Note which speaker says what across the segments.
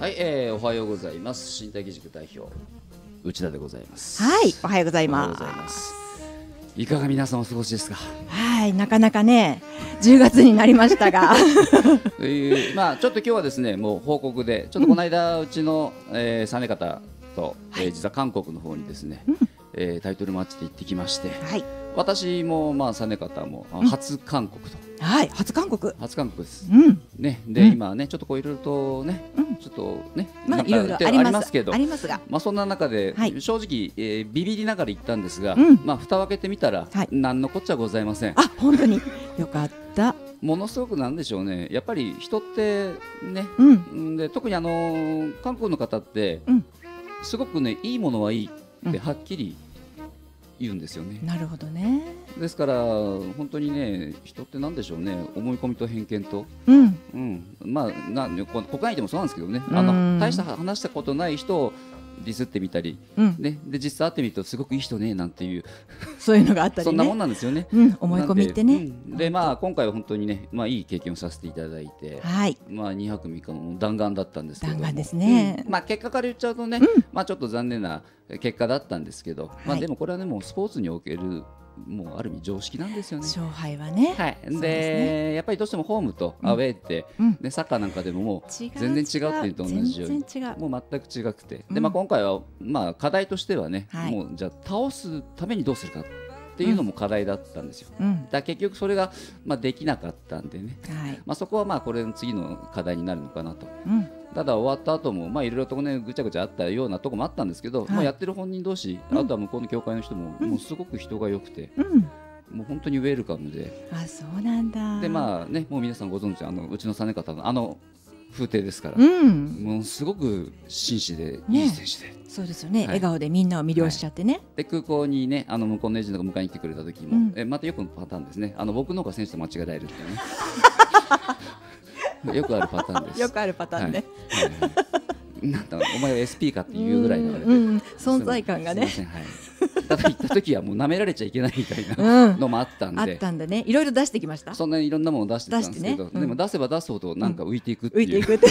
Speaker 1: はい、えー、おはようございます。新体義塾代表内田でございます。
Speaker 2: はい、おはようござい
Speaker 1: おはよう
Speaker 2: ま
Speaker 1: ご
Speaker 2: す
Speaker 1: ざい。ます。いかが皆さんお過ごしです か。
Speaker 2: はい、なかなかね、10月になりました が、
Speaker 1: というまあちょっと今日はですねもう報告でちょっとこの間、うちの、えー、サネ方と、えー実は韓国の方にですね、えータイトルマッチで行ってきまして、
Speaker 2: はい、
Speaker 1: 私もまあサネ方もあ初韓国と、
Speaker 2: はい、初韓国。
Speaker 1: 初韓国です。
Speaker 2: うん、
Speaker 1: ねで、
Speaker 2: うん
Speaker 1: 今ねちょっとこういろいろとね、
Speaker 2: うん
Speaker 1: ちょっとね
Speaker 2: まあ
Speaker 1: なん
Speaker 2: い
Speaker 1: か
Speaker 2: ろいろあり
Speaker 1: あり
Speaker 2: ま
Speaker 1: ます
Speaker 2: す
Speaker 1: けど
Speaker 2: ありますが、
Speaker 1: まあ、そんな中で、
Speaker 2: はい
Speaker 1: 正直、えービビりながら行ったんですが、
Speaker 2: うん
Speaker 1: まあ蓋を開けてみたら、
Speaker 2: はい
Speaker 1: なんのこっちゃございません
Speaker 2: あ、本当によかった。
Speaker 1: ものすごくなんでしょうねやっぱり人ってね
Speaker 2: うん、
Speaker 1: んで特にあのー韓国の方って、
Speaker 2: うん
Speaker 1: すごくねいいものはいいって
Speaker 2: うん
Speaker 1: はっきり言うんですよね、
Speaker 2: なるほどね。
Speaker 1: ですから本当にね人ってなんでしょうね思い込みと偏見と、
Speaker 2: うん、
Speaker 1: うん、まあなんこ国内でもそうなんですけどね
Speaker 2: うん
Speaker 1: あの大した話したことない人をディスってみたり、
Speaker 2: うん、
Speaker 1: ね、で実際会ってみるとすごくいい人ねなんていう
Speaker 2: そういうのがあった
Speaker 1: そ
Speaker 2: り
Speaker 1: んなもん
Speaker 2: ね。
Speaker 1: なんですよね。
Speaker 2: うん、思い込みって
Speaker 1: なん
Speaker 2: ね
Speaker 1: で。うんでまあ今回は本当にね、まあいい経験をさせていただいて、
Speaker 2: はい、
Speaker 1: まあ2泊3日の弾丸だったんですけども、
Speaker 2: 弾丸ですね
Speaker 1: うんまあ結果から言っちゃうとね、まあちょっと残念な結果だったんですけど、まあ
Speaker 2: はい
Speaker 1: でもこれはねもうスポーツにおけるもうある意味常識なんですよね。
Speaker 2: 勝敗はね。
Speaker 1: はい。で
Speaker 2: そうです
Speaker 1: やっぱりどうしてもホームとアウェーって、
Speaker 2: うん、
Speaker 1: ねサッカーなんかでももう
Speaker 2: 違う
Speaker 1: 全然違うっていうのと同じように
Speaker 2: 全然違う。
Speaker 1: もう全く違くて、
Speaker 2: う
Speaker 1: で
Speaker 2: ん
Speaker 1: まあ、今回は、まあ、課題としてはね、
Speaker 2: はい
Speaker 1: もうじゃあ倒すためにどうするかっていうのも課題だったんですよ。
Speaker 2: うん、
Speaker 1: だから結局それが、まあ、できなかったんでね、
Speaker 2: はい、
Speaker 1: まあ、そこはまあこれの次の課題になるのかなと。
Speaker 2: うん、
Speaker 1: ただ終わった後もまあいろいろとねぐちゃぐちゃあったようなとこもあったんですけど、
Speaker 2: はい
Speaker 1: もうやってる本人同士、
Speaker 2: うん
Speaker 1: あとは向こうの教会の人も、
Speaker 2: うん
Speaker 1: もうすごく人が良くて、
Speaker 2: うん。
Speaker 1: もう本当にウェルカムで、
Speaker 2: あ、そうなんだ。
Speaker 1: でまあねもう皆さんご存知あのうちの実方のあの風景ですから、
Speaker 2: うん、
Speaker 1: もうすごく紳士で
Speaker 2: ね
Speaker 1: いい選手で。
Speaker 2: そうですよね。
Speaker 1: はい
Speaker 2: 笑顔でみんなを魅了しちゃってね。
Speaker 1: で空港にねあの向こうのエージェントが迎えに来てくれた時も、
Speaker 2: うん
Speaker 1: えまたよくのパターンですねあの僕の方が選手と間違えられるっていう ねよくあるパターンです
Speaker 2: よくあるパターンね。
Speaker 1: はいはいはいなんだろうお前は SP かっていうぐらいのあれで
Speaker 2: うんうん存在感がね
Speaker 1: すいませんはいただ行った時はもう舐められちゃいけないみたいな
Speaker 2: うん
Speaker 1: のもあったんで
Speaker 2: あったんだねいろいろ出してきました
Speaker 1: そんなにいろんなものを出してたんですけど、
Speaker 2: 出してねうん
Speaker 1: でも出せば出すほどなんか浮いていくって
Speaker 2: 浮
Speaker 1: いう、
Speaker 2: いていくって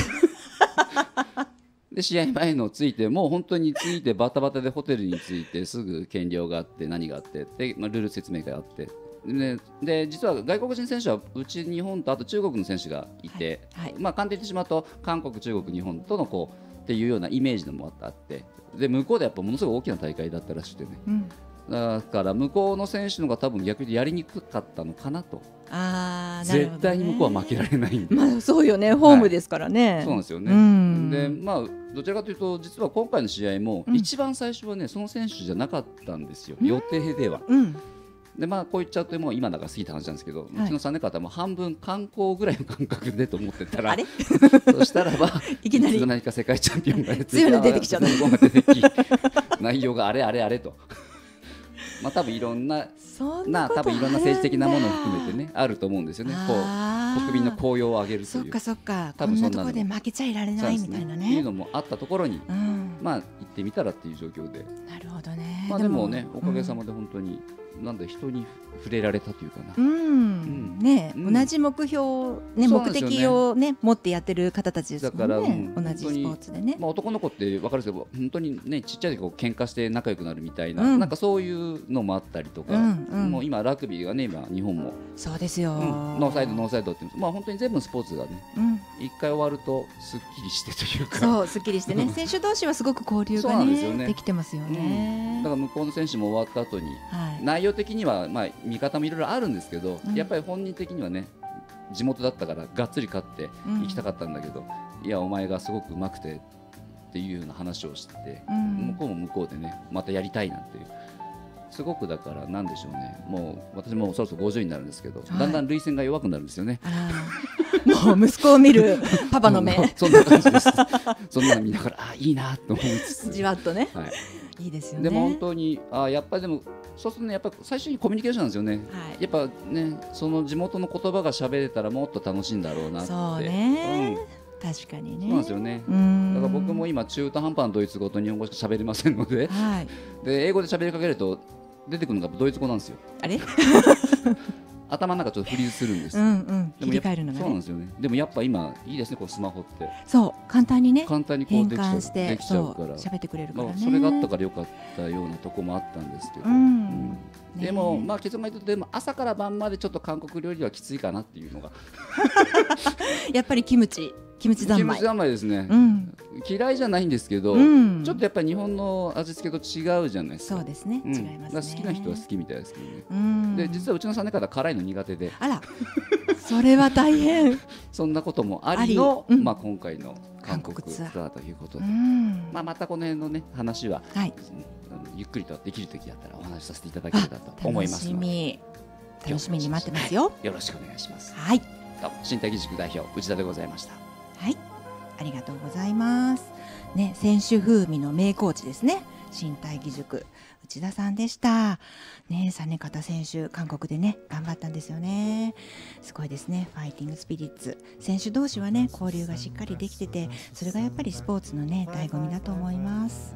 Speaker 1: で試合前のついてもう本当についてバタバタでホテルに着いてすぐ検量があって何があってで、まあ、ルール説明会あってでで実は外国人選手はうち日本とあと中国の選手がいて、
Speaker 2: はいはい
Speaker 1: まあ、簡単に言ってしまうと韓国、中国、日本とのこうっていうようなイメージのもあってで向こうでやっぱものすごい大きな大会だったらしくてね
Speaker 2: うん
Speaker 1: だから向こうの選手の方が多分逆にやりにくかったのかなと
Speaker 2: あーなるほどね
Speaker 1: 絶対に向こうは負けられないんで。
Speaker 2: まあそうよねホームですからね
Speaker 1: そうなんですよね、
Speaker 2: うん
Speaker 1: でまあどちらかというと実は今回の試合も
Speaker 2: うん
Speaker 1: 一番最初はね、その選手じゃなかったんですよ、
Speaker 2: うん
Speaker 1: 予定では。
Speaker 2: うん
Speaker 1: でまあこう言っちゃうともう今だから過ぎた話なんですけど、
Speaker 2: はいう
Speaker 1: ちの3年方も半分観光ぐらいの感覚でと思ってたら
Speaker 2: あれ
Speaker 1: そしたらば
Speaker 2: いきなり
Speaker 1: つの間にか世界チャンピオンがや
Speaker 2: 強いの出てきちゃった
Speaker 1: 向こうが出てき内容があれあれあれと。 まあ多分いろんな
Speaker 2: そん
Speaker 1: な
Speaker 2: なこと
Speaker 1: 多分いろんな
Speaker 2: あるだ
Speaker 1: 政治的なものを含めてねあると思うんですよね。こう
Speaker 2: あー
Speaker 1: 国民の高揚を上げると
Speaker 2: そ
Speaker 1: いう
Speaker 2: っ。かそっか
Speaker 1: 多
Speaker 2: こ
Speaker 1: 分
Speaker 2: ん
Speaker 1: そ
Speaker 2: なん
Speaker 1: なの
Speaker 2: とこで負けちゃいられ
Speaker 1: そ
Speaker 2: な
Speaker 1: う
Speaker 2: い
Speaker 1: です
Speaker 2: みたいな
Speaker 1: ってい
Speaker 2: ね
Speaker 1: うのもあったところに、
Speaker 2: うん
Speaker 1: まあ、行ってみたらっていう状況で、
Speaker 2: なるほどね
Speaker 1: まあ、でもね、おかげさま
Speaker 2: で
Speaker 1: で本当に、なんで人に触れられたというかな、
Speaker 2: うんうんね
Speaker 1: うん
Speaker 2: 同じ目標をね
Speaker 1: そうなんで
Speaker 2: 目
Speaker 1: すよね
Speaker 2: 的をね持ってやってる方たちですも
Speaker 1: だからう
Speaker 2: んね
Speaker 1: ん
Speaker 2: 同じスポーツでね
Speaker 1: まあ、男の子って分かるんですけど、本当にね、ちっちゃい時こう喧嘩して仲良くなるみたいな、
Speaker 2: うん
Speaker 1: なんかそういうのもあったりとか、
Speaker 2: うんうん
Speaker 1: もう今、ラグビーがね、今、日本も、
Speaker 2: そうですよ
Speaker 1: うんノーサイド、ノーサイドって言うんです、まあ、本当に全部のスポーツがね、
Speaker 2: うん
Speaker 1: 一回終わると、すっきりしてというか。
Speaker 2: そうすっきりしてね選手同士はすごく交流
Speaker 1: そうな
Speaker 2: が
Speaker 1: んです
Speaker 2: ね
Speaker 1: よね
Speaker 2: できてますよ
Speaker 1: だ
Speaker 2: ね
Speaker 1: か。ら向こうの選手も終わった後に
Speaker 2: はい。
Speaker 1: 内容的には、まあ、見方もいろいろあるんですけど、
Speaker 2: うん
Speaker 1: やっぱり本人的にはね地元だったからがっつり勝って
Speaker 2: うん
Speaker 1: 行きたかったんだけど、いやお前がすごくうまくてっていうような話をして、
Speaker 2: うん
Speaker 1: 向こうも向こうでねまたやりたいなんていうすごくだからなんでしょうねもう私もそろそろ50になるんですけど、
Speaker 2: はい
Speaker 1: だんだん涙腺が弱くなるんですよね。
Speaker 2: あらもう息子を 見るパパの目
Speaker 1: もうそんな感じ です。そんなの見ながらあいいなと思いつつ。
Speaker 2: じわっとね
Speaker 1: はい
Speaker 2: いいですよ
Speaker 1: で
Speaker 2: ね。
Speaker 1: も本当にあやっぱりでもそうするとねやっぱ最初にコミュニケーションなんですよね。
Speaker 2: はい
Speaker 1: やっぱねその地元の言葉が喋れたらもっと楽しいんだろうなって。
Speaker 2: そうね
Speaker 1: うん
Speaker 2: 確かに
Speaker 1: そ
Speaker 2: ね。
Speaker 1: うなんですよね。だ
Speaker 2: ん
Speaker 1: から僕も今中途半端なドイツ語と日本語しか喋れませんので、
Speaker 2: はい。
Speaker 1: で英語で喋りかけると出てくるのがドイツ語なんですよ。
Speaker 2: あれ？
Speaker 1: 頭の中ちょっとフリーズするんです、
Speaker 2: うんうん。
Speaker 1: で
Speaker 2: 切
Speaker 1: も
Speaker 2: り
Speaker 1: やっぱ
Speaker 2: 替えるのが
Speaker 1: そうなん
Speaker 2: ね。
Speaker 1: ですよねでもやっぱ今いいですねこうスマホって
Speaker 2: そう、簡単にね。
Speaker 1: 簡単にこ
Speaker 2: 変
Speaker 1: うできちゃう
Speaker 2: 換して、
Speaker 1: できちゃ
Speaker 2: そうう
Speaker 1: から、
Speaker 2: 喋ってくれるから
Speaker 1: まあ、
Speaker 2: ね。
Speaker 1: それがあったから良かったようなとこもあったんですけど、
Speaker 2: うん
Speaker 1: うんでも、
Speaker 2: ねえ
Speaker 1: まあ結論から言うとでも朝から晩までちょっと韓国料理はきついかなっていうのが
Speaker 2: やっぱりキムチ、キムチ三
Speaker 1: キム
Speaker 2: 昧
Speaker 1: チ。三昧ですね
Speaker 2: う、ん。
Speaker 1: 嫌いじゃないんですけど、
Speaker 2: うん
Speaker 1: ちょっとやっぱり日本の味付けと違うじゃないですか
Speaker 2: そうですね。
Speaker 1: うん
Speaker 2: 違います
Speaker 1: だから
Speaker 2: ね。
Speaker 1: 好きな人は好きみたいですけどね、
Speaker 2: うん。
Speaker 1: で実はうちの3年方辛いの苦手で
Speaker 2: あら、それは大変。
Speaker 1: そんなこともありの
Speaker 2: ありうん
Speaker 1: まあ、今回の韓国
Speaker 2: 韓国
Speaker 1: ツ
Speaker 2: ツ
Speaker 1: アー
Speaker 2: アー
Speaker 1: ということ
Speaker 2: う
Speaker 1: で、
Speaker 2: ん。
Speaker 1: まあ、またこの辺のね話は
Speaker 2: はい。
Speaker 1: あのゆっくりとできる時だったらお話しさせていただければと思
Speaker 2: 楽
Speaker 1: います
Speaker 2: し
Speaker 1: ので
Speaker 2: み。楽しみに待ってますよ。
Speaker 1: よろしくお願いします
Speaker 2: はい。
Speaker 1: どうも新体義塾代表内田でございました
Speaker 2: はい、ありがとうございます。ね、選手風味の名コーチですね。身体義塾内田さんでした。ね、サネカタ選手、韓国でね、頑張ったんですよね。すごいですね。ファイティングスピリッツ、選手同士はね、交流がしっかりできてて、それがやっぱりスポーツのね、醍醐味だと思います。